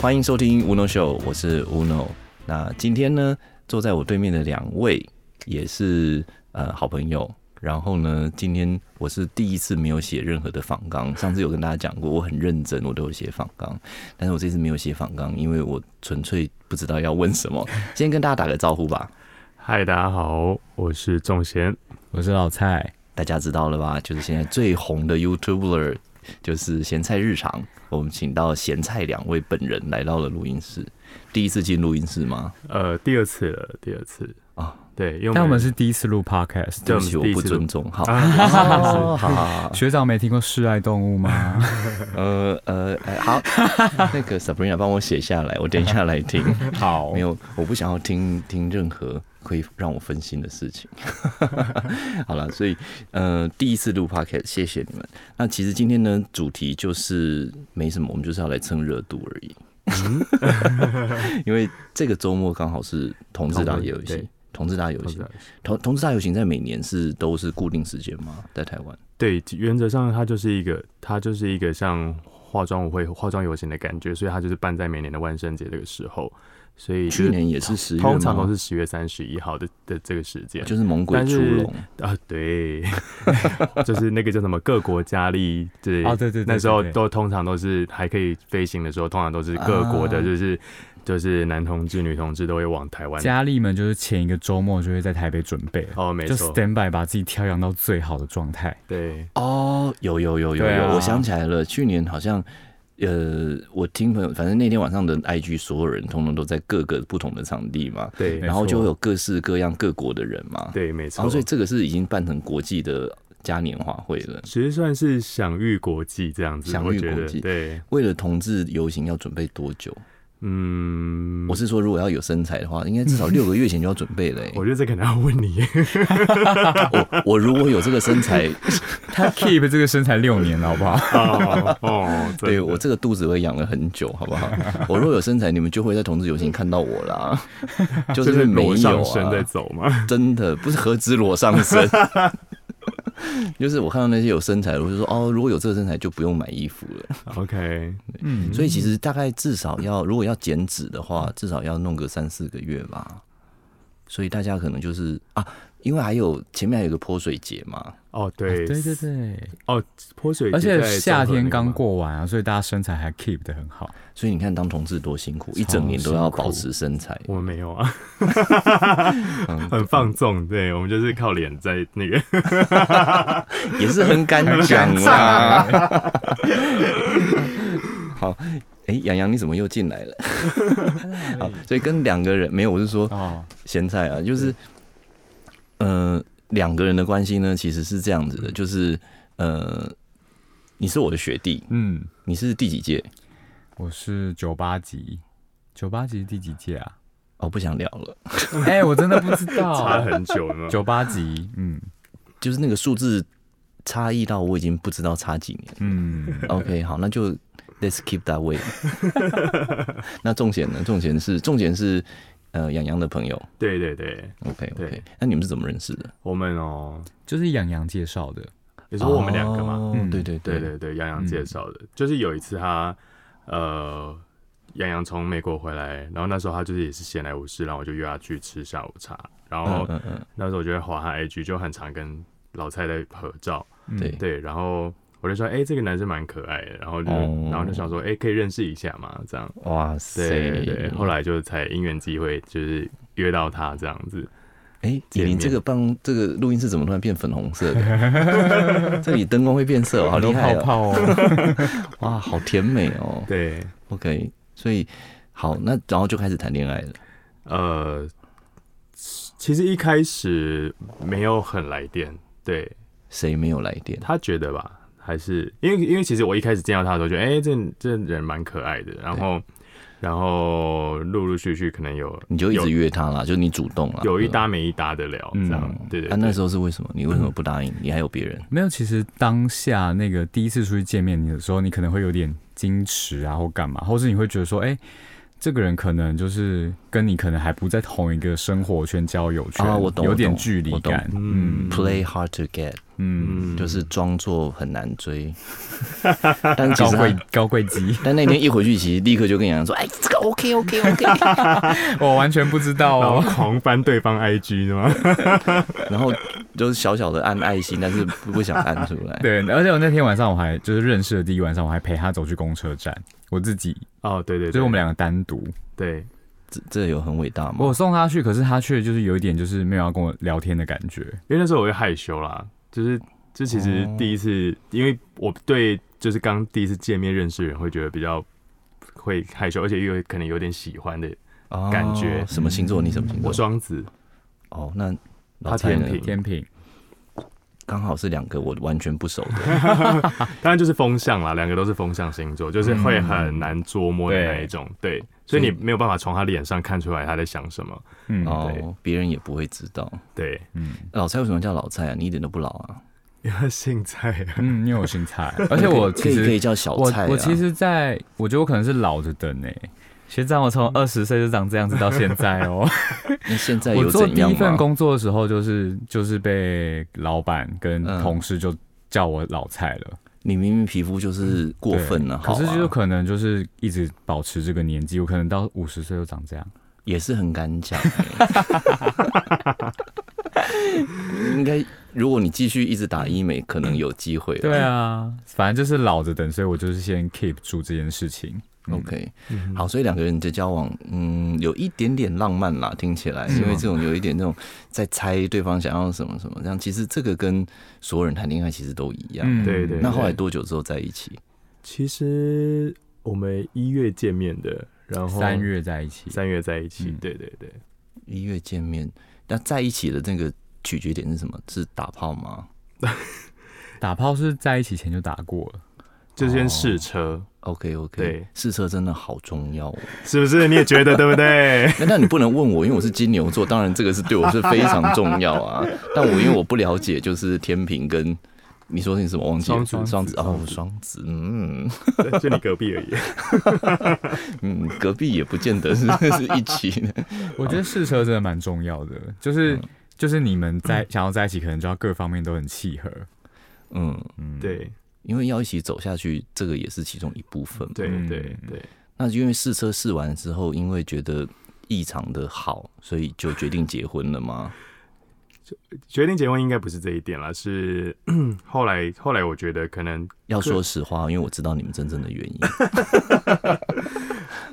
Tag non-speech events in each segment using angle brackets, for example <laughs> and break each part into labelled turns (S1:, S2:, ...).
S1: 欢迎收听无 n o Show，我是无 n o 那今天呢，坐在我对面的两位也是呃好朋友。然后呢，今天我是第一次没有写任何的访纲，上次有跟大家讲过，我很认真，我都有写访纲，但是我这次没有写访纲，因为我纯粹不知道要问什么。 <laughs> 先跟大家打个招呼吧。
S2: 嗨，大家好，我是仲贤。
S3: 我是老蔡，
S1: 大家知道了吧？就是现在最红的 YouTuber，就是咸菜日常。我们请到咸菜两位本人来到了录音室，第一次进录音室吗？
S2: 呃，第二次了，第二次
S1: 啊，
S2: 对，因为
S3: 哦但我们是第一次录 podcast，
S1: 对
S2: 对
S1: 不起，
S2: 我
S1: 我
S2: 们是第一
S1: 不
S2: 次
S1: 尊重。好， <laughs>
S2: 啊，
S1: 好好 <laughs> 好，
S3: 学长没听过示爱动
S2: <laughs>
S3: 物吗？
S1: 呃呃，哎好， <laughs> 那个 Sabrina 帮我写下来，我等一下来 <laughs> 听。
S3: 好
S1: 没有，我不想要听听任何可以让我分心的事情。 <laughs> 好了，所以呃，第一次录 podcast，谢谢你们。那其实今天呢，主题就是没什么，我们就是要来蹭热度而已。嗯 <laughs> 因为这个周末刚好是同志大游
S2: 同
S1: 行
S2: 志，
S1: 同志大游行，同同志大游行在每年是都是固定时间吗？在台湾？
S2: 对，原则上它就是一个，它就是一个像化妆舞会、化妆游行的感觉，所以它就是办在每年的万圣节这个时候。所以就是
S1: 去年也是十月吗
S2: 通常都是十月三十一号的的这个时间，
S1: 就是猛鬼
S2: 但
S1: 出
S2: 是
S1: 笼，
S2: 啊，对， <laughs> 就是那个叫什么各国佳丽，对，
S1: 啊
S3: 哦对对对
S2: 那时候
S3: 对对
S2: 都通常都是还可以飞行的时候，通常都是各国
S1: 啊
S2: 的，就是、就是男同志、女同志都会往台湾。
S3: 佳丽们就是前一个周末就会在台北准备了，
S2: 哦，没
S3: 就
S2: 错，
S3: stand by 把自己调养到最好的状态。 <laughs>
S2: 对，
S1: 哦，有有有有
S3: 对
S1: 有，
S3: 啊
S1: 我想起来了，去年好像，呃，我听朋友，反正那天晚上的 IG 所有人通通都在各个不同的场地嘛，
S2: 对
S3: 没，
S1: 然后就
S3: 错
S1: 会有各式各样各国的人嘛，，
S2: 对，没
S1: 然
S2: 错
S1: 后所。以这个是已经办成国际的嘉年华会了。
S2: 其实算是享誉国际这样子，
S1: 享誉
S2: 我觉
S1: 国
S2: 得
S1: 际
S2: 对，
S1: 为了同志游行要准备多久？
S2: 嗯，
S1: 我是说，如果要有身材的话，应该至少六个月前就要准备
S3: <laughs>
S1: 了、欸
S2: 我觉得这可能要问你， <laughs>
S1: 我我如果有这个身材，
S3: 他 keep 这个身材六年了，好
S2: <laughs>
S3: 不好？
S2: 哦，
S1: <laughs>
S2: 哦真的
S1: 对我这个肚子会养了很久，好不
S2: <laughs>
S1: 好？我若有身材，你们就会在同志游行看到我啦。就是因为
S2: 是
S1: 没
S2: 裸
S1: 有
S2: 上身
S1: 啊
S2: 在，走嘛， <laughs>
S1: 真的不是何止裸上身，就是我看到那些有身材的，我就说哦，如果有这个身材就不用买衣服了。
S2: ，OK，
S3: 嗯，
S1: 所以其实大概至少要，如果要减脂的话，至少要弄个三四个月吧。所以大家可能就是啊，因为还有前面还有一个泼水节嘛，
S2: 哦，
S3: 对
S1: 啊
S2: 对，
S3: 对对，
S2: 泼水节
S3: 而且
S2: 在中和
S3: 夏
S2: 那
S3: 天
S2: 个
S3: 刚
S2: 嘛，
S3: 过完啊，所以大家身材还 keep 的很好。
S1: 所以你看当同志多辛苦，一整年都要保持身材。
S2: 我们没有啊，很放纵，对我们就是靠脸在那个，
S1: 也是 <laughs> 很敢讲啊啦。 <laughs> 好，哎、洋洋你怎么又进 <laughs> 来了？好，所以跟两个人没有，我是说
S3: 哦，
S1: 咸菜啊，就是，呃，两个人的关系呢，其实是这样子的，就是呃，你是我的学弟，
S3: 嗯，
S1: 你是第几届？
S3: 我是九八级，九八级是第几届啊？ <laughs>
S1: 哦，不想聊了，
S3: 哎，我真的不知
S2: <laughs> 差
S3: 道，
S2: 很久呢。
S3: 九八级，嗯
S1: 就是那个数字差异到我已经不知道差几年。
S3: 嗯，
S2: <laughs>
S1: OK，好，那就 Let's keep that way。那仲贤呢？仲贤是仲贤是呃洋洋的朋友。
S2: 对对对，
S1: OK OK，
S2: 对
S1: 那你们是怎么认识的？
S2: 我们哦，
S3: 就是杨洋介绍的，
S2: 你说我们两个嘛，
S1: 哦
S3: 嗯
S1: 对对对
S2: 对对对，杨洋介
S3: 嗯
S2: 绍的，就是有一次他呃。杨洋从美国回来，然后那时候他就是也是闲来无事，然后我就约他去吃下午茶。然后
S1: 嗯嗯嗯，
S2: 那时候我就在滑他 IG，就很常跟老蔡在合照。
S3: 嗯
S1: 对
S2: 对，然后我就说，哎、这个男生蛮可爱的，然后就、
S1: 哦
S2: 然后就想说，哎、可以认识一下嘛，这样。
S1: 哇
S2: 对对对，后
S1: 来
S2: 来就才因缘机会，就是约到他这样子。
S1: 哎，
S2: 见
S1: 你
S2: 面
S1: 这个帮这个录音室怎么突然变粉红色的？
S2: <laughs>
S1: 这里灯光会变色哦，好
S3: 很多
S1: 厉害
S3: 泡
S1: 哦！
S3: 泡哦，
S1: 哇，好甜美哦。
S2: 对，
S1: OK，所以好，那然后就开始谈恋爱了。
S2: 呃，其实一开始没有很来电，对
S1: 谁没有来电？
S2: 他觉得吧，还是因为因为其实我一开始见到他的时候，觉得哎、这这人蛮可爱的，然后然后陆陆续续可能有
S1: 你就一直约他啦，就是你主动啦。嗯
S2: 有一
S1: 对吧
S2: 搭没一搭的聊，
S3: 嗯
S2: 这样，对对
S1: 啊，
S2: 对。
S1: 那时候是为什么？你为什么不答应？你还有别人？
S3: 没有，其实当下那个第一次出去见面你的时候，你可能会有点矜持啊，或干嘛，或是你会觉得说，哎、这个人可能就是跟你可能还不在同一个生活圈、交友圈，
S1: 啊我懂
S3: 有
S1: 我
S3: 点
S1: 懂
S3: 距离
S1: 我懂
S3: 感。
S2: 嗯
S1: Play hard to get，
S3: 嗯，
S1: 就是装作很难
S3: <laughs>
S1: 追，但其
S3: 高
S1: 实
S3: 贵
S1: 他
S3: 高贵
S1: <laughs>
S3: 鸡，
S1: 但那天一回去，其实立刻就跟杨洋说：“哎，这个 OK OK OK。
S3: 我完全不知道
S1: <laughs>
S2: 然后
S3: 哦。
S2: 狂翻对方 IG 是吗？”
S1: 然后就是小小的按爱心，但是不不想按出来。
S3: 对，而且我那天晚上我还就是认识的第一晚上，我还陪他走去公车站，我自己
S2: 哦，对对对，
S3: 就是我们两个单独，
S2: 对，
S1: 这这有很伟大
S3: 我
S1: 吗？
S3: 送他去，可是他却就是有一点就是没有要跟我聊天的感觉。
S2: 因为那时候我会害羞啦，就是这其实第一次，因为我对就是刚第一次见面认识的人会觉得比较会害羞，而且又有可能有点喜欢的。
S1: 哦
S2: 感觉
S1: 什么星
S3: 嗯
S1: 座？你什么星座？
S2: 我双子，
S1: 哦，那老
S2: 他
S1: 蔡呢
S2: 天？平
S3: 天平，
S1: 刚好是两个我完全不熟的。
S2: 当然就是风象啦，两个都是风象星座，就是会很难捉摸的那一种。嗯对，所以你没有办法从他脸上看出来他在想什么。
S3: 嗯，
S1: 哦，别人也不会知道。
S2: <laughs> 对，
S1: 老蔡为什么叫老蔡啊？你一点都不老啊！
S2: 因为他姓蔡，
S3: 嗯，因为我姓蔡，而且
S1: <laughs>
S3: 我
S1: 可
S3: 其
S1: 以可以
S3: 实
S1: 叫小
S3: 我
S1: 蔡啊。
S3: 我其实在，我觉得我可能是老着等呢、欸学长，我从
S1: 嗯
S3: 二十岁就长这样子到现在哦、
S1: <laughs> 那现在
S3: 我
S1: 有
S3: 做
S1: 怎
S3: 第
S1: 样
S3: 一
S1: 吗？
S3: 份工作的时候，就是就是被老板跟
S1: 嗯
S3: 同事就叫我老蔡了，
S1: 你明明皮肤就是过分了，好
S3: 嗯可
S1: 啊
S3: 是就是可能就是一直保持这个年纪，我可能到五十岁就长这样。
S1: 也是很敢讲 <laughs> 欸。应该，如果你继续一直打医美，可能有机会。
S3: 对啊，反正就是老着等，所以我就是先 keep 住这件事情。
S1: 嗯，OK，好，
S2: 嗯
S1: 所以两个人的交往，嗯，有一点点浪漫啦，听起来，因为这种有一点那种在猜对方想要什么什么，这样其实这个跟所有人谈恋爱其实都一样。
S3: 嗯，
S2: 对对
S1: 那后来多久之后在一起？
S2: 其实我们一月见面的，然后
S3: 三月在一起，
S2: 三月在一起。
S3: 嗯
S2: 对对对，
S1: 一月见面，那在一起的那个取决点是什么？是打炮吗？
S3: 打炮是在一起前就打过了。
S2: 就是先试车，
S1: OK OK，
S2: 对
S1: 试车真的好重要哦。
S2: 是不是？你也觉得对不对？
S1: 那那你不能问我，因为我是金牛座，当然这个是对我是非常重要
S2: <laughs>
S1: 啊。但我因为我不了解，就是天平跟你说你什么忘记了
S2: 双子
S1: 双子哦
S2: 双子
S1: 双子，嗯
S2: <laughs> 就你隔壁而已。
S1: 嗯，隔壁也不见得是 <laughs> 是一起
S2: <laughs>
S1: 的。
S3: 我
S2: 嗯
S3: 觉得试车真的蛮重要的，就是、就是你们
S2: 嗯
S3: 在想要在一起，可能就要各方面都很契合。 <laughs>
S1: 嗯，
S3: 嗯，，
S2: 对
S1: 因为要一起走下去，这个也是其中一部分嘛。
S2: 对
S3: 嗯
S2: 对对，
S1: 那因为试车试完之后，因为觉得异常的好，所以就决定结婚了吗？
S2: 决定结婚应该不是这一点啦，是 <clears throat> 后来后来我觉得可能
S1: 要说实话，因为我知道你们真正的原因。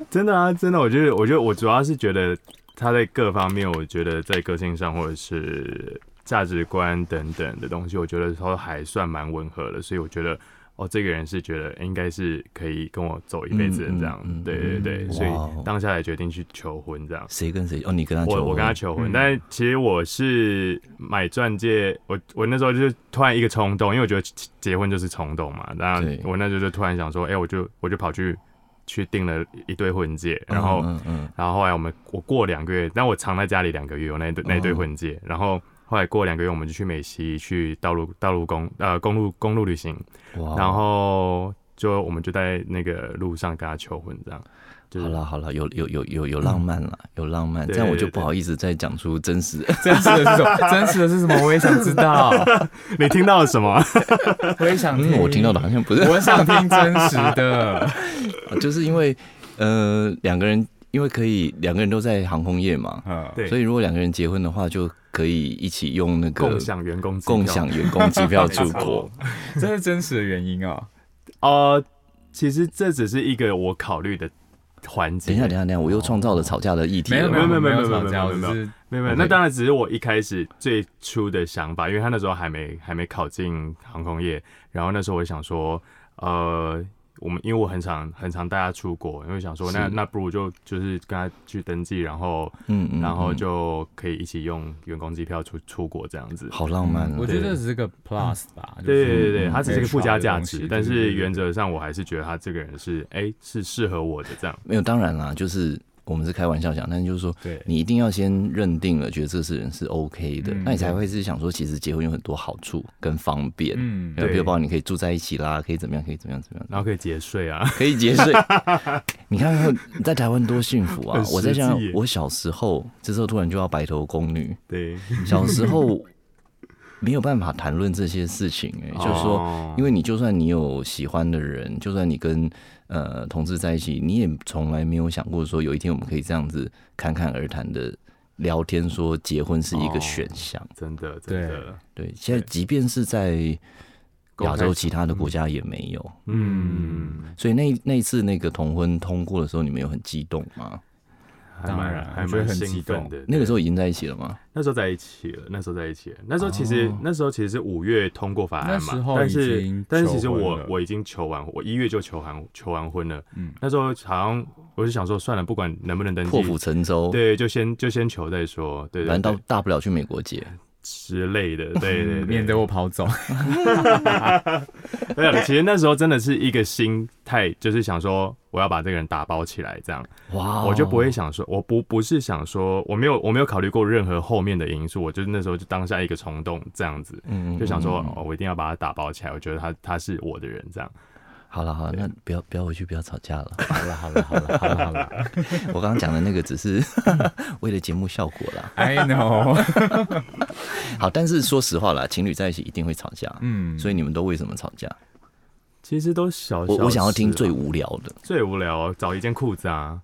S2: 真的啊，真的，我觉得，我觉得我主要是觉得他在各方面，我觉得在个性上或者是价值观等等的东西，我觉得都还算蛮吻合的，所以我觉得。哦，这个人是觉得应该是可以跟我走一辈子的这样，
S1: 嗯嗯嗯
S2: 对对对，
S1: 嗯
S2: 所
S1: 哇哦
S2: 以当下来决定去求婚这样。
S1: 谁跟谁？哦，你跟他求
S2: 我
S1: 婚，
S2: 我跟他求婚，
S3: 嗯
S2: 但其实我是买钻戒，我我那时候就是突然一个冲动，因为我觉得结结婚就是冲动嘛。那
S1: 对
S2: 我那时候就突然想说，哎、我就我就跑去去订了一对婚戒，
S1: 嗯，
S2: 然后、
S1: 嗯嗯
S2: 然后后来我们我过两个月，但我藏在家里两个月，我那一对那一
S1: 嗯
S2: 对婚戒，然后后来过两个月，我们就去美西去道路道路公呃公路公路旅行，
S1: 嗯哇
S2: 然后就我们就在那个路上跟他求婚，这样。就是
S1: 好啦好啦，有有有有有浪漫啦，有浪漫，
S2: 对
S1: 这样我就
S2: 嗯对
S1: 不好意思再讲出真实。
S3: 真实的
S2: <laughs>
S3: 是什么？真实的是什么？我也想知道，
S2: 你听到了
S1: <laughs>
S2: 什么？
S3: 我也想听。
S1: 嗯，我听到的，好像不是，
S3: 我想听真实
S2: <laughs>
S3: 的。
S1: <laughs> 就是因为呃两个人，因为可以两个人都在航空业嘛，
S3: 嗯，
S2: <laughs> 对
S1: 所以如果两个人结婚的话，就可以一起用那个
S2: 共享员工机票
S1: 共享员工机 <laughs> 票出
S2: <laughs>
S1: 国。
S3: 这是真实的原因哦。
S2: 呃，其实这只是一个我考虑的环节。
S1: 等一下等一下等一下，我又创造了吵架的议题
S3: 没
S1: 了
S3: 有
S1: 吗。
S3: 没有
S2: 没有没
S3: 没
S2: 有
S3: 有
S2: 没有
S3: 吵架，
S2: 没
S3: 我
S2: 有
S3: 只是
S2: 没有没有，
S1: OK
S2: 那当然只是我一开始最初的想法，因为他那时候还没还没考进航空业，然后那时候我就想说，呃，我们因为我很常很常带他出国，因为想说那
S1: 是
S2: 那不如就就是跟他去登记，然后
S1: 嗯嗯，
S2: 然后
S1: 嗯
S2: 就可以一起用员工机票出出国这样子。
S1: 好浪
S2: 嗯
S1: 漫啊
S3: 我！觉得这只是个 plus 吧。
S2: 对对对
S1: 嗯
S2: 对，它只是一个附加价
S3: 嗯
S2: 值，
S3: 嗯
S2: 但
S3: 对对
S2: 是
S3: 对对
S2: 原则上我还是觉得他这个人是哎、是适合我的这样。
S1: 没有，当然啦，就是我们是开玩笑讲，但就是说
S3: 对
S1: 你一定要先认定了，觉得这是人是 OK 的，
S3: 嗯
S1: 那你才会是想说，其实结婚有很多好处跟方便，
S3: 嗯
S1: 对，
S2: 对
S1: 比如包括你可以住在一起啦，可以怎么样，可以怎么样，怎么样，
S2: 然后可以节税啊，
S1: 可以节
S2: <laughs>
S1: 税。你看看在台湾多幸福啊
S2: 很！实际
S1: 我在想
S2: 耶， <laughs>
S1: 我小时候这时候突然就要白头宫女，
S2: 对，
S1: 小时候没有办法谈论这些事情、欸，就是说，
S2: 哦
S1: 因为你就算你有喜欢的人，就算你跟呃同志在一起，你也从来没有想过说有一天我们可以这样子侃侃而谈的聊天，说结婚是
S2: 哦
S1: 一个选项。
S2: 真的真的，
S1: 对，现在即便是在
S2: 公
S1: 亚
S2: 开
S1: 洲其他的国家也没有。
S2: 嗯，
S1: 所以那一那一次那个同婚通过的时候，你们有很激动吗？
S2: 还
S3: 当
S2: 蛮
S3: 然
S2: 还
S3: 我觉得
S2: 蛮
S3: 很
S2: 兴
S3: 激
S2: 奋
S3: 动
S2: 的。
S1: 那个
S2: 对
S1: 时候已经在一起了吗？
S2: 那时候在一起了，那时候在一起了。那时候其实、
S1: 哦
S2: 那时候其实是五月通过法案嘛，
S3: 那时候
S2: 但
S3: 已
S2: 是
S3: 经
S2: 但是其实
S3: 求婚
S2: 我
S3: 了
S2: 我已经求完，我一月就求完求完婚了。
S3: 嗯
S2: 那时候好像我就想说，算了，不管能不能登记，
S1: 破釜沉舟，
S2: 对，就先就先求再说，对对
S1: 难
S2: 对
S1: 道大不了去美国结？
S2: 之类的，对对
S3: <laughs>
S2: 对，
S3: 免得我跑走。
S2: 对啊，其实那时候真的是一个心态，就是想说我要把这个人打包起来，这样、
S1: 哇
S2: 我就不会想说，我不不是想说我没有我没有考虑过任何后面的因素，我就是那时候就当下一个冲动这样子，
S1: 嗯
S2: 就想说、
S1: 嗯嗯
S2: 哦、我一定要把他打包起来，我觉得他他是我的人这样。
S1: 好了好了，那不要不要回去，不要吵架了。
S3: 好了好了好了好了好了
S1: 我刚刚讲的那个只是
S2: 嗯
S1: <laughs> 为了节目效果啦。
S3: <laughs> ，I know，
S1: 好，但是说实话啦，情侣在一起一定会吵架，
S3: 嗯，
S1: 所以你们都为什么吵架？
S2: 其实都小小
S1: 我我想要听
S2: 事
S1: 最
S2: 啊
S1: 无聊的，
S2: 最无聊，哦找一件裤子啊，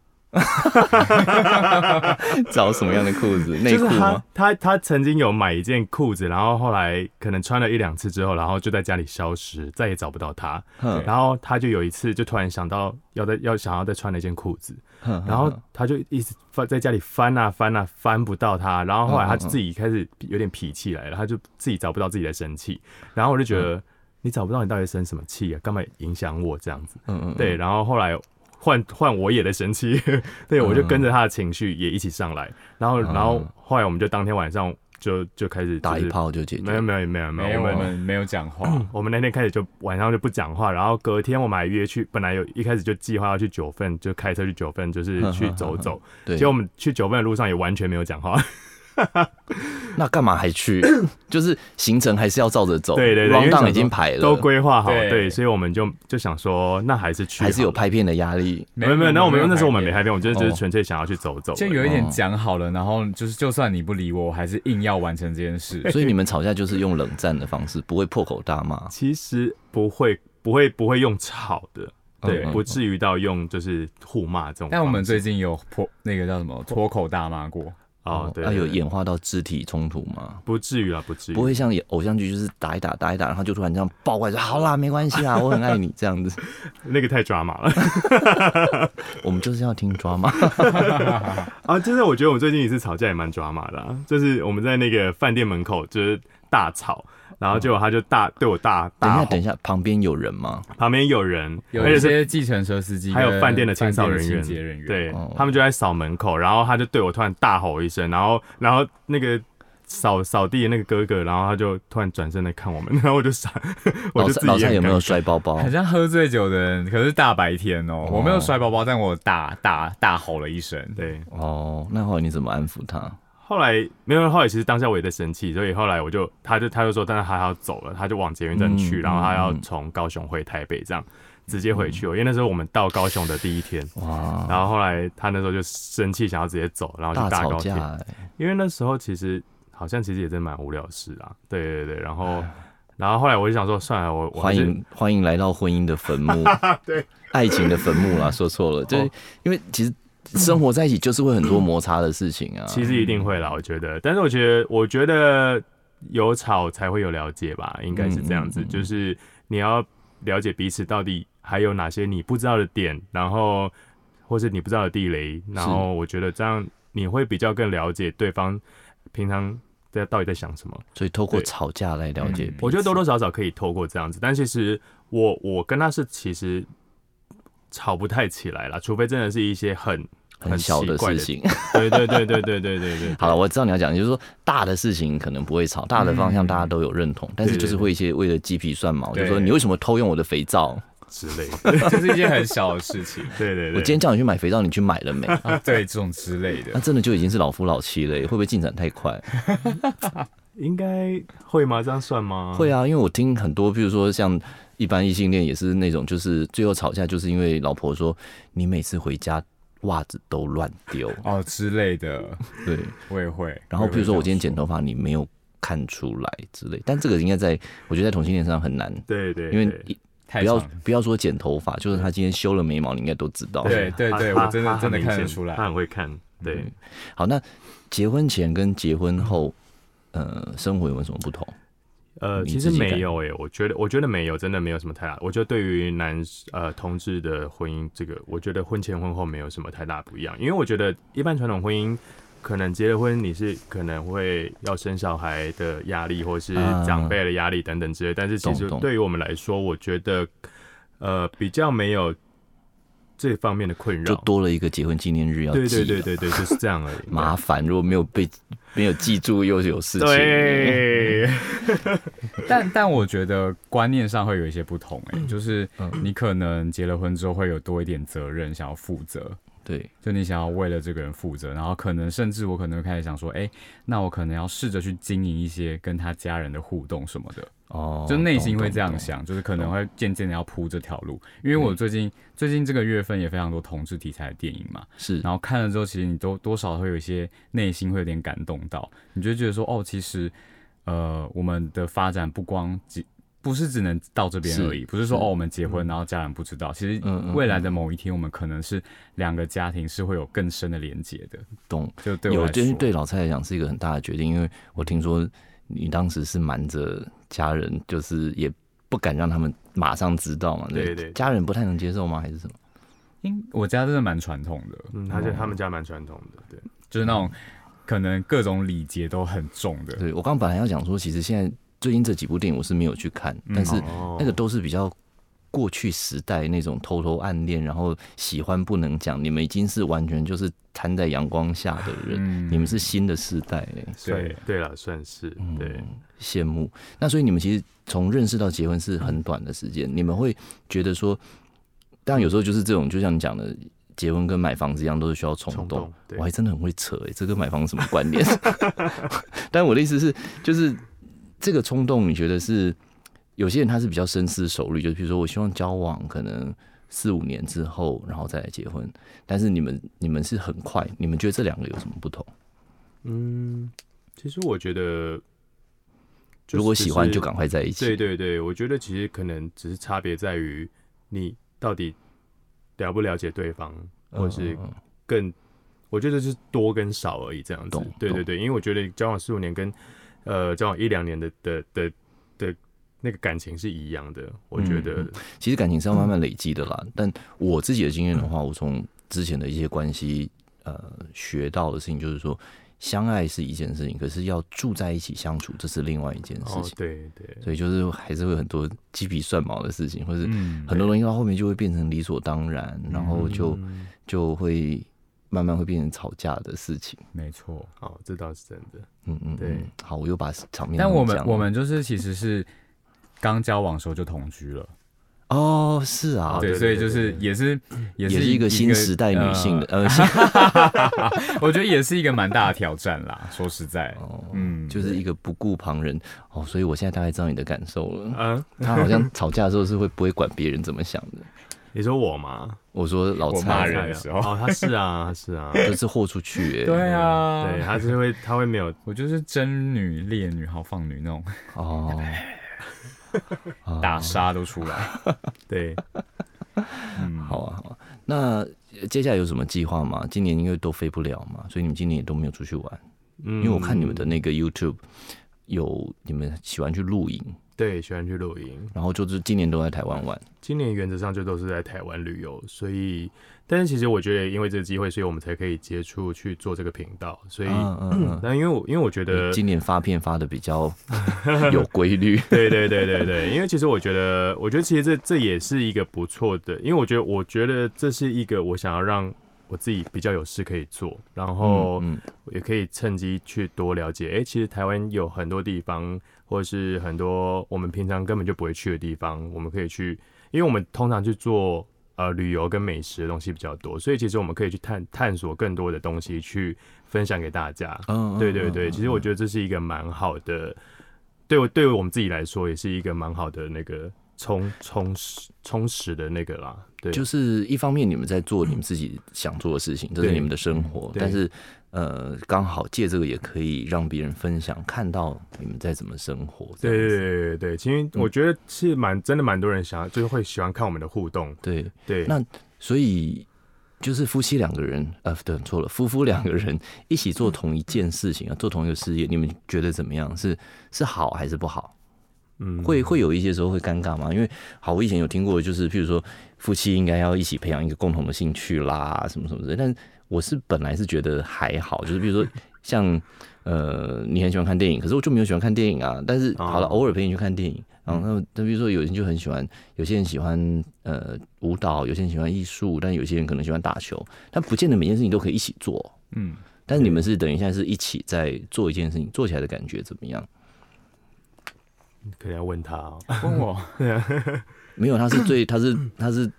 S1: 找什么样的裤
S2: <laughs>
S1: 子？ <laughs> 内
S2: 就是
S1: 裤
S2: 他
S1: 吗？
S2: 他他曾经有买一件裤子，然后后来可能穿了一两次之后，然后就在家里消失，再也找不到他。
S1: 哼
S2: 然后他就有一次就突然想到要再要想要再穿那件裤子，
S1: 哼嗯
S2: 然后他就一直翻在家里翻啊翻啊翻不到它，然后后来他
S1: 嗯嗯嗯
S2: 自己开始有点脾气来了，他就自己找不到自己在生气，然后我就
S1: 嗯
S2: 觉得你找不到你到底生什么气啊，干嘛影响我这样子？
S1: 嗯嗯，
S2: 对，然后后来换换我也在生气，对我就跟着他的情绪也一起上来，然后然后后来我们就当天晚上就就开始、就是、
S1: 嗯打一，炮就解决。
S2: 没有没有没有没
S3: 没
S2: 有，
S3: 有
S2: 我
S3: 我
S2: 们
S3: 们没有讲话，
S2: 我们那天开始就晚上就不讲话，然后隔天我们还约去，本来有一开始就计划要去九份，就开车去九份，就是去走走。
S1: 对，
S2: 结果我们去九份的路上也完全没有讲话，
S1: 那干嘛还
S2: <coughs>
S1: 去？就是行程还是要照着走。
S2: <laughs> 对对对因
S1: round
S2: 为想
S1: down
S2: 说
S1: 哦已经排了，
S2: 都规划好，
S3: 对
S2: 对，所以我们就就想说，那还是去好
S1: 还
S2: 了，
S1: 是有拍片的压力。
S2: 没
S3: 嗯
S2: 有没有，那我们那时候我们没
S3: 拍
S2: 拍片，我们就只是
S1: 哦
S2: 纯粹想要去走走而已。
S3: 片，就有一点讲好了，然后就是就算你不理我，我还是硬要完成这件事。 <laughs>
S1: 所以你们吵架就是用冷战的方式，不会破口大骂。
S2: 其实不会不会不会用吵的，
S1: 嗯
S2: 对，
S1: 嗯
S2: 不至于到用就是互骂这种方式。
S3: 但我们最近有破那个叫什么 <laughs> 脱口大骂过，
S2: 哦对，
S1: 那
S2: 对
S1: 啊有
S2: 对
S1: 演化到肢体冲突吗？
S2: 不至于啊，不至于，
S1: 哎不会像偶像剧，就是打一打打一打，然后就突然这样爆过来说：“好啦，没关系啦，我很爱你。”这
S2: <laughs>
S1: 样子，
S2: 那个太抓马了。 <laughs>
S1: 我们就是要听抓嘛。
S2: 啊，就是我觉得我们最近一次吵架也蛮抓马的、啊，就是我们在那个饭店门口就是大吵，然后结果他就大对我大
S1: 等一
S2: 大
S1: 下，
S2: 吼，
S1: 等一下，旁边有人吗？
S2: 旁边有人，
S3: 有
S2: 而
S3: 一
S2: 且是
S3: 些计程车司机，
S2: 还有饭店的清扫人
S3: 清
S2: 员，
S3: 洁人员，，
S2: 对、
S1: 哦
S2: 他们就在扫门口，然后他就对我突然大吼一声，然后然后那个。扫扫地的那个哥哥，然后他就突然转身来看我们， <laughs> 然后我就傻，我
S1: 老
S2: 就
S1: 蔡
S2: 自己
S1: 老蔡
S2: 也
S1: 有没有
S2: 很尴尬
S1: 摔包
S2: <laughs>
S1: 包？
S3: 很像喝醉酒的人，可是大白天哦，我没有摔包包，但我大大大吼了一声，
S2: 对，
S1: 哦，那后来你怎么安抚他？
S2: 后来没有，后来其实当下我也在生气，所以后来我就，他就他就说，但是他要走了，他就往捷运站去，
S1: 嗯
S2: 然后他要
S1: 嗯嗯
S2: 从高雄回台北，这样直接回去哦。因为那时候我们到高雄的第一天，
S1: 哇，
S2: <laughs> 然后后来他那时候就生气，想要直接走，然后
S1: 大
S2: 就
S1: 吵
S2: 高铁
S1: 架。欸、
S2: 因为那时候其实好像其实也真蛮无聊的事啊，对对对。然后然后后来我就想说，算了，我我还
S1: 欢
S2: 是
S1: 迎欢迎来到婚姻的坟
S2: <laughs>
S1: 墓，对，爱情的坟墓啦，啊说错
S2: 哦
S1: 了，就是因为其实生活在一起就是会很多摩擦的事情啊。
S2: 嗯其实一定会啦，我觉得。但是我觉得，我觉得有吵才会有了解吧，应该是这样
S1: 嗯
S2: 子。
S1: 嗯嗯
S2: 就是你要了解彼此到底还有哪些你不知道的点，然后或是你不知道的地雷，然后我觉得这样你会比较更了解对方平常在到底在想什么。
S1: 所以透过
S2: 对
S1: 吵架来了解彼
S3: 嗯
S1: 此，
S2: 我觉得多多少少可以透过这样子，但其实我我跟他是其实吵不太起来啦，除非真的是一些很。
S1: 很小
S2: 奇
S1: 的
S2: 怪
S1: 事情。
S2: 对对对对对对对
S1: <laughs>
S2: 对。
S1: 好了，我知道你要讲，就是说大的事情可能不会吵，大的方
S2: 嗯
S1: 向大家都有认同，但是就是会一些为了鸡皮蒜毛，就
S3: 对
S1: 说你为什么偷用我的肥皂？
S2: 之类
S3: <laughs>
S2: 的，
S3: <laughs> 就是一件很小的事情， <laughs>
S2: 对对
S1: 我
S2: 对。
S1: 今天叫你去买肥皂，你去买了
S2: <laughs>
S1: 没？
S3: 啊对这种之类的
S1: 那。真的就已经是老夫老妻了耶，会不会进展太快？
S2: 嗯应该会吗？这样算吗？
S1: 会啊，因为我听很多，比如说像一般异性恋也是那种，就是最后吵架，就是因为老婆说你每次回家袜子都乱丢，
S3: 哦之类的，
S1: 对。
S3: 我也会。
S1: 然后比如说我今天
S3: 剪，
S1: 剪头发，你没有看出来之类。但这个应该在我觉得在同性恋上很难，
S2: 对对，
S1: 因为
S2: 对
S1: 一
S3: 太
S1: 不要
S3: 长了
S1: 不要说剪头发，就是他今天修了眉毛，你应该都知道。
S3: 对对
S2: 他
S3: 对，
S2: 他
S3: 我真的
S2: 他
S3: 真的
S2: 很
S3: 看
S2: 明
S3: 得
S2: 显
S3: 出来
S2: 他。很会看，对
S1: 嗯，好，那结婚前跟结婚后，呃，生活有没有什么不同？
S2: 呃，
S1: 你
S2: 其
S1: 自
S2: 实
S1: 己
S2: 没
S1: 感
S2: 有诶、欸我觉得我觉得没有，真的没有什么太大。我觉得对于男呃同志的婚姻，这个我觉得婚前婚后没有什么太大不一样，因为我觉得一般传统婚姻。可能结了婚，你是可能会要生小孩的压力，或是
S1: 啊
S2: 长辈的压力等等之类。但是其
S1: 懂
S2: 实
S1: 懂
S2: 对于我们来说，我觉得呃比较没有这方面的困
S1: 就
S2: 扰。
S1: 多了一个结婚纪念日要记
S2: 对
S1: 了，
S2: 对对对对，就是这样而已。
S1: <laughs> 麻烦，如果没有被没有记住，又有事情。
S2: 对，
S3: 但但我觉得观念上会有一些不同、
S1: 嗯
S3: 欸，就是你可能结了婚之后会有多一点责任，想要负责，
S1: 对，
S3: 就你想要为了这个人负责，然后可能甚至我可能会开始想说，哎、那我可能要试着去经营一些跟他家人的互动什么的，
S1: 哦，
S3: 就内心
S1: 懂
S3: 会这样。
S1: 懂懂嗯
S3: 想，就是可能会渐渐的要铺这条路，因为我最近最近这个月份也非常多同志题材的电影嘛，
S1: 是
S3: 然后看了之后，其实你都多少会有一些内心会有点感动到，你就会觉得说，哦，其实，呃，我们的发展不光只不是只能到这边
S1: 是
S3: 而已，不是说哦我们结婚然后家人不知道，其实
S1: 嗯嗯
S3: 未来的某一天，我们可能是两个家庭是会有更深的连接的，
S1: 懂，
S3: 就对我
S1: 有
S3: 来
S1: 对
S3: 说，
S1: 对老蔡来讲是一个很大的决定，因为我听说你当时是瞒着家人，就是也不敢让他们马上知道嘛。不
S2: 对对
S1: 家人不太能接受吗？还是什么？
S3: 因我家真的蛮传统的，
S2: 嗯，他
S1: 哦
S2: 家他们家蛮传统的，对。
S3: 就是那种
S1: 嗯
S3: 可能各种礼节都很重的，
S1: 对我刚刚本来要讲说，其实现在最近这几部电影我是没有去看，但是
S2: 哦
S1: 那个都是比较过去时代那种偷偷暗恋，然后喜欢不能讲，你们已经是完全就是摊在阳光下的人，
S3: 嗯
S1: 你们是新的世代、欸，
S2: 对对了，算是对。
S1: 嗯羡慕。那所以你们其实从认识到结婚是很短的时间，你们会觉得说，当然有时候就是这种，就像你讲的，结婚跟买房子一样，都是需要冲
S2: 冲
S1: 动
S2: 动。对
S1: 我还真的很会扯哎、这跟买房有什么关联？ <laughs> 但我的意思是，就是这个冲动，你觉得是有些人他是比较深思熟虑，就是比如说我希望交往可能。四五年之后，然后再来结婚，但是你们你们是很快，你们觉得这两个有什么不同？
S2: 嗯，其实我觉得，就
S1: 如果喜欢
S2: 是
S1: 就赶快在一起。
S2: 对对对，我觉得其实可能只是差别在于你到底了不了解对方，或是
S1: 嗯
S2: 更，我觉得是多跟少而已这样子
S1: 懂。
S2: 对对
S1: 懂
S2: 对，因为我觉得交往四五年跟呃交往一两年的的的的那个感情是一样的，我觉
S1: 嗯
S2: 得
S1: 嗯其实感情是要慢慢累积的啦。
S3: 嗯
S1: 但我自己的经验的话，我从之前的一些关系，呃，学到的事情就是说，相爱是一件事情，可是要住在一起相处，嗯这是另外一件事
S2: 哦
S1: 情。，
S2: 对对
S1: 所以就是还是会有很多鸡皮蒜毛的事情，或是
S3: 嗯，
S1: 很多东西到后面就会变成理所当然，然后就
S2: 嗯
S1: 就会慢慢会变成吵架的事情。
S3: 没错。
S2: 哦，这倒是真的。
S1: 嗯嗯，嗯
S2: 对。
S1: 好，我又把场面
S3: 但我
S1: 弄
S3: 们
S1: 僵了
S3: 我们就是其实是刚交往的时候就同居了。
S1: 哦，是啊，
S3: 对，
S2: 对
S3: 所
S2: 对
S3: 以
S2: 对
S3: 就是
S2: 对
S3: 也是也
S1: 也是一个新时代女性的，，呃，新
S3: 呃我觉得也是一个蛮大的挑战啦。说实在，嗯，
S1: 哦就是一个不顾旁人哦，所以我现在大概知道你的感受
S2: <laughs>
S1: 了。
S2: 嗯，
S1: 他好像吵架的时候是会不会管别人怎么想的？
S2: 你说我吗？
S1: 我说老
S3: 我骂
S1: 蔡
S3: 人
S2: 哎
S3: 的
S2: 呀
S3: 时候
S2: 哦，他是啊，他
S3: <laughs>
S2: 是啊，
S1: 这是豁出去欸耶、
S3: 对啊，
S2: 对，他是会，他会没有
S3: 我就是真女、烈女、豪放女那种
S2: <laughs>
S1: 哦，哦
S3: <laughs> 打杀都出来。
S1: <laughs>
S2: 对，
S3: 嗯，
S1: 好啊好啊。那呃接下来有什么计划吗？今年因为都飞不了嘛，所以你们今年也都没有出去玩。
S2: 因
S1: 因为我看你们的那
S2: 嗯
S1: 个 YouTube 有你们喜欢去露营，
S2: 对喜欢去露营，
S1: 然后就是今年都在台湾玩。
S2: 今年原则上就都是在台湾旅游，所以，但是其实我觉得因为这个机会，所以我们才可以接触去做这个频道，所以，
S1: 嗯嗯嗯。
S2: 那因为我因为我觉得
S1: 你，今年发片发的比较
S2: <laughs>
S1: 有规律，
S2: 对对对对对，因为其实我觉得，我觉得其实这这也是一个不错的，因为我觉得我觉得这是一个我想要让我自己比较有事可以做，然后。
S1: 嗯嗯
S2: 也可以趁机去多了解。诶，其实台湾有很多地方，或者是很多我们平常根本就不会去的地方，我们可以去，因为我们通常去做呃旅游跟美食的东西比较多，所以其实我们可以去探探索更多的东西，去分享给大家。
S1: 嗯，嗯
S2: 对对
S1: 嗯
S2: 对，
S1: 嗯
S2: 其实我觉得这是一个蛮好的，对我对于我们自己来说，也是一个蛮好的那个充充实充实的那个啦。对，
S1: 就是一方面你们在做你们自己想做的事情，这是
S2: 对
S1: 你们的生活，
S2: 对
S1: 但是呃，刚好借这个也可以让别人分享，看到你们在怎么生活。这
S2: 对
S1: 样
S2: 对
S1: 子
S2: 对对对，其实我觉得是蛮真的蛮多人想，就是会喜欢看我们的互动。
S1: 对，
S2: 对，
S1: 那所以就是夫妻两个人，呃，对，错了，夫妇两个人一起做同一件事情啊，做同一个事业，你们觉得怎么样？是是好还是不好？
S2: 嗯
S1: 会会有一些时候会尴尬吗？因为好，我以前有听过，就是譬如说夫妻应该要一起培养一个共同的兴趣啦，什么什么之类。但我是本来是觉得还好，就是比
S2: <laughs>
S1: 如说像呃，你很喜欢看电影，可是我就没有喜欢看电影啊。但是
S2: 哦嗯
S1: 好了，偶尔陪你去看电影。然后那那比如说有人就很喜欢，有些人喜欢呃舞蹈，有些人喜欢艺术，但有些人可能喜欢打球，但不见得每件事情都可以一起做。
S3: 嗯，
S1: 但是你们是等于现在是一起在做一件事情，做起来的感觉怎么样？
S2: 可能要问他、 <laughs> 哦。
S3: 问我
S1: 没有，他是
S2: <coughs>
S1: 最，他是他
S2: <laughs>
S1: 是，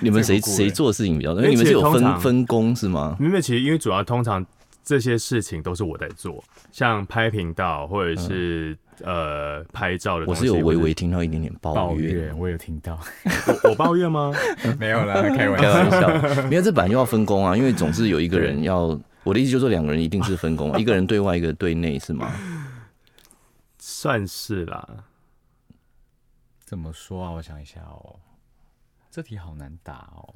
S1: 你们谁
S3: 这个不顾欸
S1: 谁做事情比较多？
S2: 因为
S1: 你们
S2: 其
S1: 是有
S2: 实通
S1: 分
S2: 常
S1: 分工是吗？
S2: 因为其实因为主要通常这些事情都是我在做，像拍频道或者是、呃拍照的
S1: 嗯我
S2: 东西。
S1: 是有微
S2: 或者
S1: 微听到一点点抱
S3: 抱
S1: 怨，
S3: 怨，我有听到，
S2: 我我抱怨吗？ <laughs>
S3: 没有啦，开玩
S1: 开玩
S3: 笑。
S1: 笑，没有这本来就要分工啊，因为总是有一个人要。我的意思就是说，两个人一定是分工啊，
S2: <laughs>
S1: 一个人对外，一个对内，是吗？
S2: 算是啦。
S3: 怎么说啊？我想一下哦，这题好难答哦。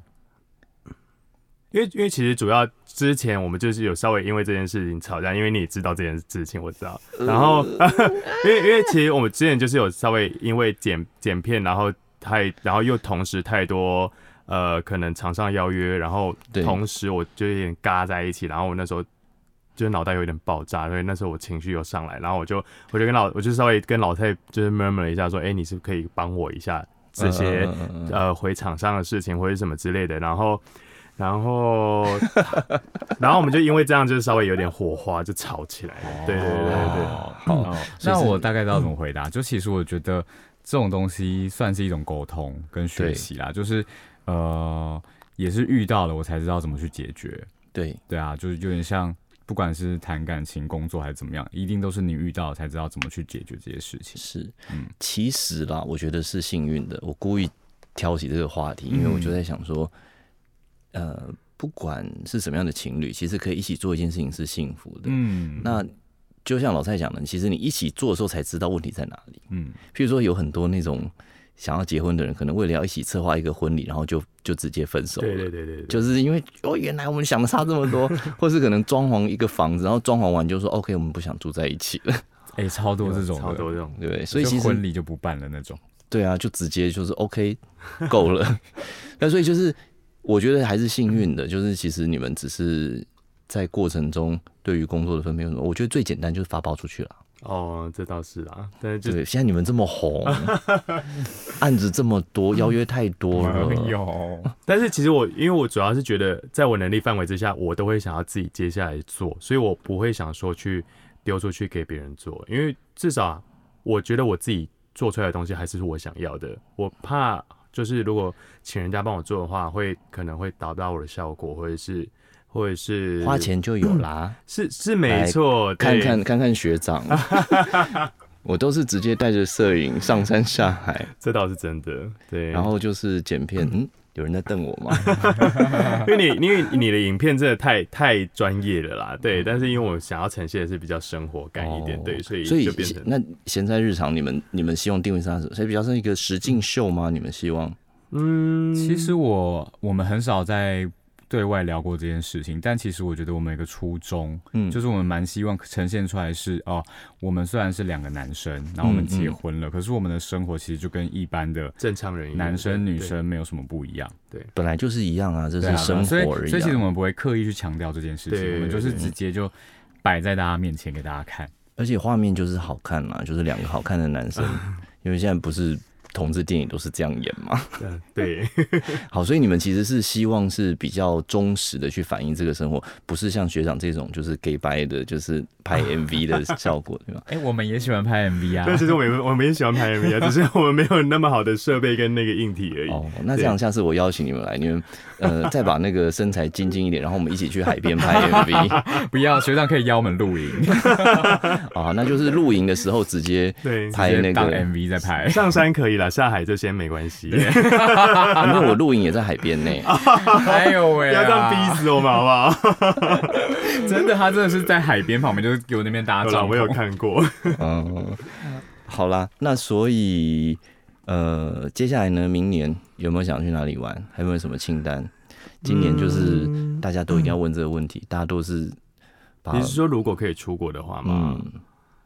S2: 因为因为其实主要之前我们就是有稍微因为这件事情吵架，因为你也知道这件事情，我知道。然后、
S1: 嗯
S2: <laughs> 因为因为其实我们之前就是有稍微因为剪剪片，然后太然后又同时太多呃可能厂商邀约，然后
S1: 对
S2: 同时我就有点嘎在一起，然后我那时候。就是脑袋有点爆炸，所以那时候我情绪又上来，然后我就我就跟老我就稍微跟老太就是 murmur 了一下，说，哎、你是不是可以帮我一下这些、
S1: 嗯嗯嗯嗯
S2: 呃回厂商的事情或者什么之类的，然后。然后， <laughs> 然后我们就因为这样，就是稍微有点火花，就吵起来了。对对对对
S1: 嗯
S2: 对，
S3: 哦好，那我大概知道怎么回答。就其实我觉得这种东西算是一种沟通跟学习啦，就是呃，也是遇到了我才知道怎么去解决。
S1: 对，
S3: 对啊，就是有点像，不管是谈感情、工作还是怎么样，一定都是你遇到了才知道怎么去解决这些事情。
S1: 是
S3: 嗯，
S1: 其实啦，我觉得是幸运的。我故意挑起这个话
S2: 嗯
S1: 题，因为我就在想说，呃，不管是什么样的情侣，其实可以一起做一件事情是幸福的。
S3: 嗯
S1: 那就像老蔡讲的，其实你一起做的时候才知道问题在哪里。
S3: 嗯，
S1: 譬如说，有很多那种想要结婚的人，可能为了要一起策划一个婚礼，然后就就直接分手了。
S2: 对对对对对，
S1: 就是因为哦，原来我们想的差这么
S3: <laughs>
S1: 多，或是可能装潢一个房子，然后装潢完就说 OK，我们不想住在一起了， <laughs>
S3: 哎、超多这种
S2: 超
S3: 的，
S2: 多这种，
S1: 对不对？所以
S3: 就
S1: 其实
S3: 婚礼就不办了那种。
S1: 对啊，就直接就是 OK，够了。 <laughs> 那所以就是我觉得还是幸运的，就是其实你们只是在过程中对于工作的分配有什么，我觉得最简单就是发包出去了。
S2: 哦，这倒是啊，但是就
S1: 对，现在你们这么
S3: <laughs>
S1: 红，案子这么多，邀约太多了。
S3: 有，
S2: 但是其实我因为我主要是觉得，在我能力范围之下，我都会想要自己接下来做，所以我不会想说去丢出去给别人做，因为至少啊我觉得我自己做出来的东西还是我想要的，我怕就是如果请人家帮我做的话，会可能会达不到我的效果，或者是或者是
S1: 花钱就有啦，
S3: 嗯
S2: 是是没错，
S1: 看
S2: 对 <laughs>
S1: 看看看学
S3: <laughs>
S1: 长，我都是直接带着摄影上山下海，
S2: 这倒是真的，对，
S1: 然后就是剪片。嗯，有人在瞪我
S3: <laughs>
S1: 吗？
S2: 因为你因为你的影片真的太太专业了啦，对，但是因为我想要呈现的是比较生活感一点，
S1: 嗯哦
S2: 对，所以
S1: 所以
S2: 就变成
S1: 那闲在日常，你们你们希望定位是它什么？所以比较像一个实境秀吗？你们希望？
S2: 嗯，
S3: <laughs> 其实我我们很少在对外聊过这件事情，但其实我觉得我们有一个初衷，
S1: 嗯
S3: 就是我们蛮希望呈现出来是哦，我们虽然是两个男生，然后我
S2: 嗯
S3: 们结婚了，可是我们的生活其实就跟一般的
S2: 正常人一样
S3: 男生
S2: 对
S3: 女生没有什么不一样，
S1: 本来就是一样啊，这
S3: 对
S1: 是
S3: 啊
S1: 生
S3: 所以
S1: 活而已、
S3: 所以其实我
S1: 啊。
S3: 们不会刻意去强调这件事情，
S2: 对
S3: 我们就是
S2: 对
S3: 直接就摆在大家面前给大家看。
S1: 而且画面就是好看啦，就是两个好看的男
S3: <laughs>
S1: 生，因为现在不是同志电影都是这样演嘛。
S2: 嗯对，
S1: 好，所以你们其实是希望是比较忠实的去反映这个生活，不是像学长这种就是 gay 白的，就是
S3: <laughs>
S1: 拍 MV 的效果，对吧？
S3: 哎、我们也喜欢拍 MV 啊
S2: 对，其实我们也我们也喜欢拍
S3: <laughs>
S2: MV 啊，只是我们没有那么好的设备跟那个硬体而已。
S1: 哦，那这样下次我邀请你们来，你们呃再把那个身材精进一点，然后我们一起去海边
S3: <laughs>
S1: 拍 MV。
S3: 不要学长可以邀我们露营，
S1: 啊，那就是露营的时候直接
S2: 对，
S1: 拍那
S3: 直接当
S1: 个，
S3: MV 在
S2: <laughs>
S3: 拍。
S2: 上山可以了，下海就先没关系。不
S1: 啊因为我露营也在海边呢。啊
S3: 哎呦喂、
S2: 要
S3: 啊，
S2: 这样逼死我们好不
S3: <laughs>
S2: 好？
S3: 真的，他真的是在海边旁边，就是给我那边搭
S2: 有啦
S3: 啊帐
S2: 我有
S3: 篷。
S2: 看过。
S1: 嗯，好啦，那所以呃，接下来呢，明年有没有想去哪里玩？还有没有什么清单？今年就是大家都一定要问这个问题，大家都是把
S2: 嗯
S3: 啊
S2: 你是说如果可以出国的话吗？
S1: 嗯，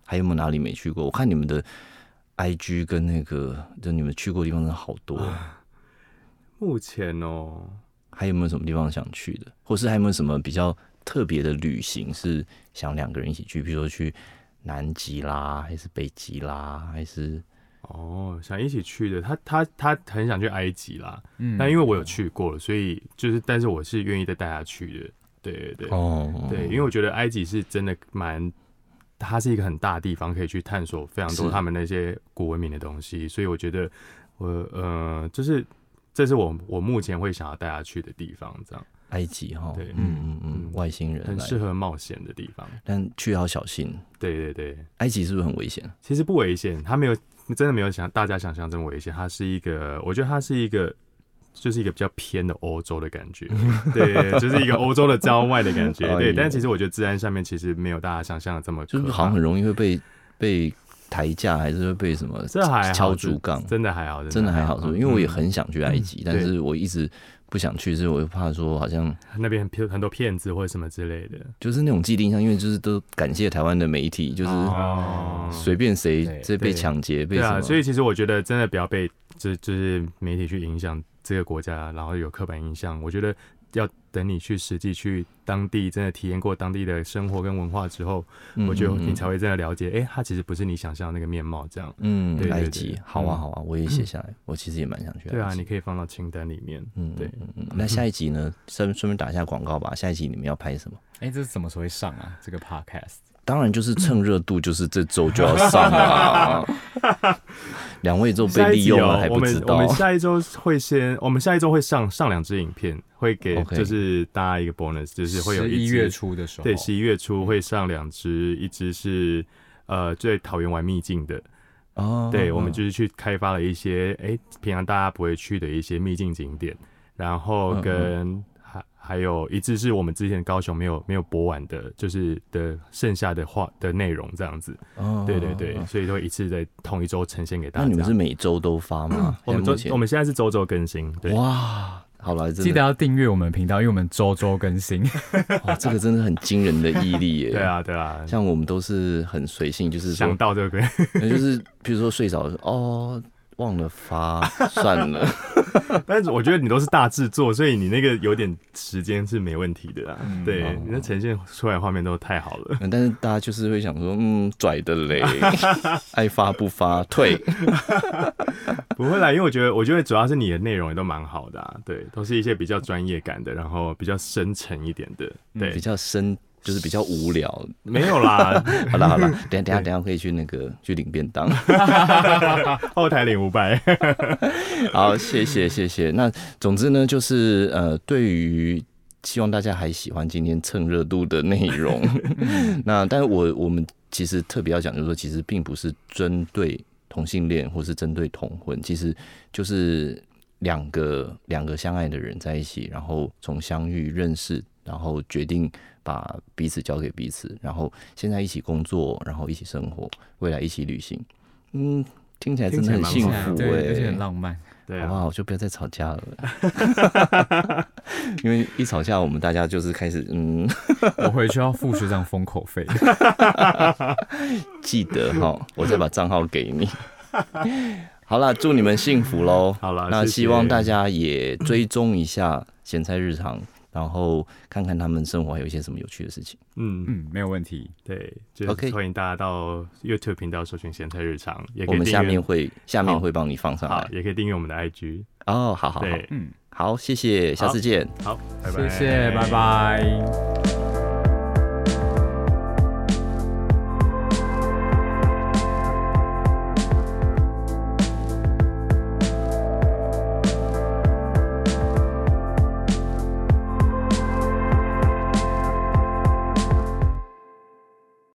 S1: 还有没有哪里没去过？我看你们的 IG 跟那个，就你们去过的地方真的好多。
S2: 啊目前哦，
S1: 还有没有什么地方想去的？或是还有没有什么比较特别的旅行是想两个人一起去？比如说去南极啦，还是北极啦，还是
S2: 哦，想一起去的，他他他很想去埃及啦，
S3: 嗯
S2: 但因为我有去过了，所以就是，但是我是愿意再带他去的。对对对，
S1: 哦，
S2: 对，因为我觉得埃及是真的蛮，它是一个很大的地方，可以去探索非常
S1: 是
S2: 多他们那些古文明的东西，所以我觉得我呃，就是这是我我目前会想要带他去的地方，这样
S1: 埃及哈，
S2: 对
S1: 嗯嗯嗯，
S2: 嗯
S1: 外星人
S2: 很
S1: 来
S2: 适，合冒险的地方。
S1: 但去要小心。
S2: 对对对，
S1: 埃及是不是很危险？
S2: 其实不危险，它没有真的没有想大家想象这么危险，它是一个，我觉得它是一个。就是一个比较偏的欧洲的感
S1: <laughs>
S2: 觉，对，就是一个欧洲的郊外的感觉，
S1: 哎呦
S2: 对。但其实我觉得治安上面其实没有大家想象的这么可
S1: 就
S2: 怕，
S1: 是好像很容易会被被抬价，还是会被什么
S2: 这还好
S1: 敲
S2: 这
S1: 竹杠？
S2: 真的还好，
S1: 真的还好，是不是因为我也
S2: 嗯
S1: 很想去埃及，但是我一直不想去，是我又怕说好像
S2: 那边很很多骗子或者什么之类的。
S1: 就是那种既定印象，因为就是都感谢台湾的媒体，就是
S2: 哦
S1: 随便谁
S3: 对
S1: 这被
S2: 对
S1: 抢劫被
S2: 对
S1: 什
S2: 啊，
S1: 么，
S2: 所以其实我觉得真的不要被这就是媒体去影响这个国家，然后有刻板印象。我觉得要等你去实际去当地，真的体验过当地的生活跟文化之后，
S1: 嗯
S2: 我觉得
S1: 嗯
S2: 你才会真的了解，哎、它其实不是你想象的那个面貌这样。
S1: 嗯
S2: 对对
S1: 埃
S2: 对
S1: 及
S2: 对
S1: 好啊好啊，我也写下来，我其实也蛮想去
S2: 对
S1: 埃
S2: 啊，
S1: 及。
S2: 你可以放到清单里面。
S1: 嗯，
S2: 对
S1: 嗯，
S2: <laughs>
S1: 嗯那下一集呢？顺顺便打一下广告吧。下一集你们要拍什么？
S3: 哎、这是什么时候会上啊？这个 podcast
S1: 当然就是
S2: 嗯
S1: 趁热度，就是这周就要上
S2: <laughs>
S1: 啦。两位都被利用了
S2: 下一
S1: 还
S2: 集哦我
S1: 不知
S2: 们我
S1: 道
S2: 们，下一周会先，我们下一周会上上两支影片，会给
S1: OK
S2: 就是大家一个 bonus，就是会有
S3: 一
S2: 一支
S3: 月初的时候，
S1: 哦
S2: 对，十一月初会上两只，一只是呃最桃园玩秘境的，
S1: 哦
S2: 对我们就是去开发了一些哎、诶平常大家不会去的一些秘境景点，然后
S1: 嗯
S2: 跟还还有一只是我们之前高雄没有没有播完的，就是的剩下的话的内容这样子，
S1: 哦
S2: 对对对，所以都会一次在同一周呈现给大
S1: 那
S2: 家。
S1: 你们是每周都发吗？
S2: 嗯我
S1: 现在
S2: 们
S1: 目
S2: 周
S1: 前
S2: 我们现在是周周更新，对，
S1: 哇，好了，真
S3: 记得
S1: 的，
S3: 要订阅我们频道，因为我们周周更新。
S1: 哇，这个真的很惊人的毅力耶。
S2: <laughs> 对。啊对啊，
S1: 像我们都是很随性，就是说 <laughs>
S2: 想，到这个， <laughs>
S1: 就是比如说睡着了哦，忘了
S2: <laughs>
S1: 发，算了。
S2: 但是我觉得你都是大制作，所以你那个有点时间是没问题的啦。对
S1: 哦，
S2: 你那呈现出来的画面都太好了。 <laughs>
S1: 嗯但是大家就是会想说，嗯，拽的嘞，爱发不发，退。
S2: 不会啦，因为我觉得，我觉得主要是你的内容也都蛮好的、啊，对，都是一些比较专业感的，然后比较深沉一点的。对，
S1: 嗯比较深，就是比较无聊。
S2: 没有啦， <laughs>
S1: 好了好了，等一下等一下等一下可以去那个去领便当。
S2: 后台领五百。 <laughs>
S1: <laughs> 好，谢谢谢谢。那总之呢，就是呃，对于希望大家还喜欢今天蹭热度的内容。那但是我我们其实特别要讲，就是说，其实并不是针对同性恋或是针对同婚，其实就是两个两个相爱的人在一起，然后从相遇认识，然后决定把彼此交给彼此，然后现在一起工作，然后一起生活，未来一起旅行。嗯，听起来真的
S2: <laughs>
S1: 很
S2: 听
S1: 幸
S2: 起
S1: 福
S2: 来蛮
S1: 哎、
S2: 好的
S3: 对，而且很浪漫。
S2: <laughs> 对
S1: 好不
S2: 啊，
S1: 好？就不要再吵架了， <laughs> 因为一吵架，我们大家就是开始嗯，
S3: 我回去要付学长封口费。
S1: 记得
S2: <laughs>
S1: 哈，我再把账号给你。好啦，祝你们幸福喽！
S2: <laughs> 好啦
S1: 那
S2: 谢谢
S1: 希望大家也追踪一下咸菜日常，然后看看他们生活还有一些什么有趣的事情。
S2: 嗯，
S3: 嗯，没有问题。
S2: 对，就
S1: OK
S2: 是欢迎大家到 YouTube 频道搜寻咸菜日常，也
S1: 我
S2: 可以
S1: 们
S2: 订
S1: 下
S2: 阅
S1: 面会下面会帮你放上
S2: 好，
S1: 来
S2: 也可以订阅我们的 IG。
S1: 哦。好好好，
S2: 对，
S3: 嗯，
S1: 好，谢谢，下次
S2: 好
S1: 见。
S2: 好，拜
S3: 谢
S2: 拜，
S3: 谢，拜。拜。